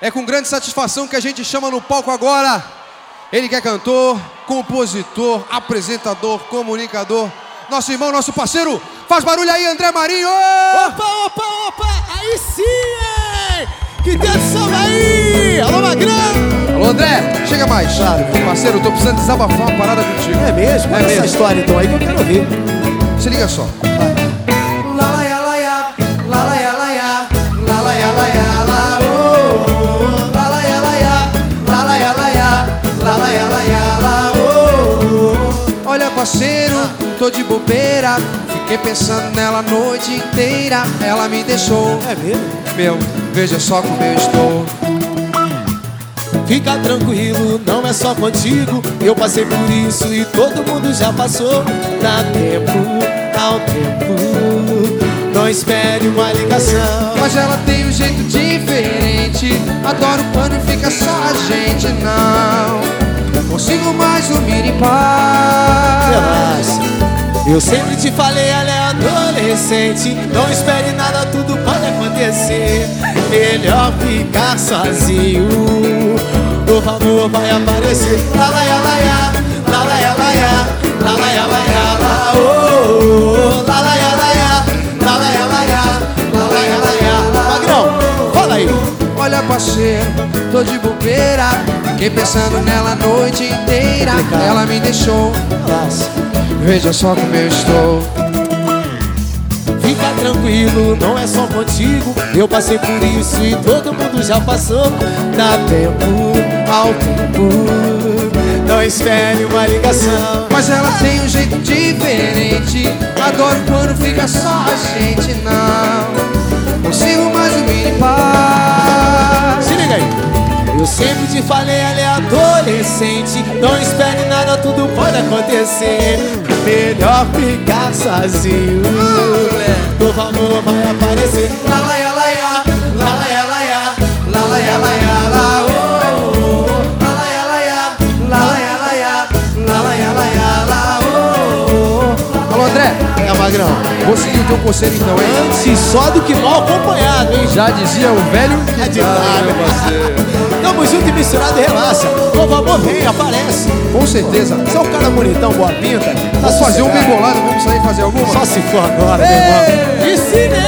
É com grande satisfação que a gente chama no palco agora. Ele que é cantor, compositor, apresentador, comunicador. Nosso irmão, nosso parceiro. Faz barulho aí, André Marinho! Opa, opa, opa! Aí sim! hein? Que Deus salve aí! Alô, Magrão! Alô, André, chega mais. Claro. Parceiro, tô precisando desabafar uma parada contigo. É mesmo? É Olha essa mesmo. história então aí que eu quero ouvir. Se liga só. oh. oh. Olha, parceiro, tô de bobeira. Fiquei pensando nela a noite inteira. Ela me deixou. É mesmo? Meu, veja só como eu estou. Fica tranquilo, não é só contigo. Eu passei por isso e todo mundo já passou. Dá tempo ao tempo. Não espere uma ligação. Mas ela tem um jeito diferente. Adoro quando fica só a gente, não. Consigo mais dormir em paz. Relaxa. Eu sempre te falei, ela é adolescente. Não espere nada, tudo pode acontecer. Melhor ficar sozinho. O amor vai aparecer. Lá, lá, lá, lá, lá, lá, lá, lá, lá, lá, lá, lá, lá, lá, lá, oh, oh, lá, lá, lá, lá, lá, lá, lá, lá, lá, lá, lá, lá, lá, lá. Magrão, fala aí. Olha, parceiro, tô de bobeira. Fiquei pensando nela a noite inteira. Complicado. Ela me deixou. Relaxa. Veja só como eu estou. Fica tranquilo, não é só contigo. Eu passei por isso e todo mundo já passou. Dá tempo ao tempo. Não espere uma ligação. Mas ela tem um jeito diferente. Adoro quando fica só a gente, não. Consigo mais dormir em paz. Se liga aí. Eu sempre te falei, ela é adolescente. Não espere nada, tudo pode acontecer. Melhor ficar sozinho. Novo amor vai aparecer. Lá, lá, lá, lá, lá, lá, lá, lá, lá, lá, lá, lá, lá, lá, oh, oh, oh. Lá, lá, lá, lá, lá, lá, lá, lá, lá, lá, lá, lá, oh, Alô, André, oh. É, Magrão. vou seguir o teu conselho então, hein? Antes só do que mal acompanhado, hein? Já dizia o velho É de nada. Tamo junto e misturado e relaxa. Novo amor vem, aparece. Com certeza. Você é um cara bonitão, boa pinta. Tá Vamos fazer um sossegado. bem bolado, vamos sair fazer alguma? Só se for agora, meu irmão. E se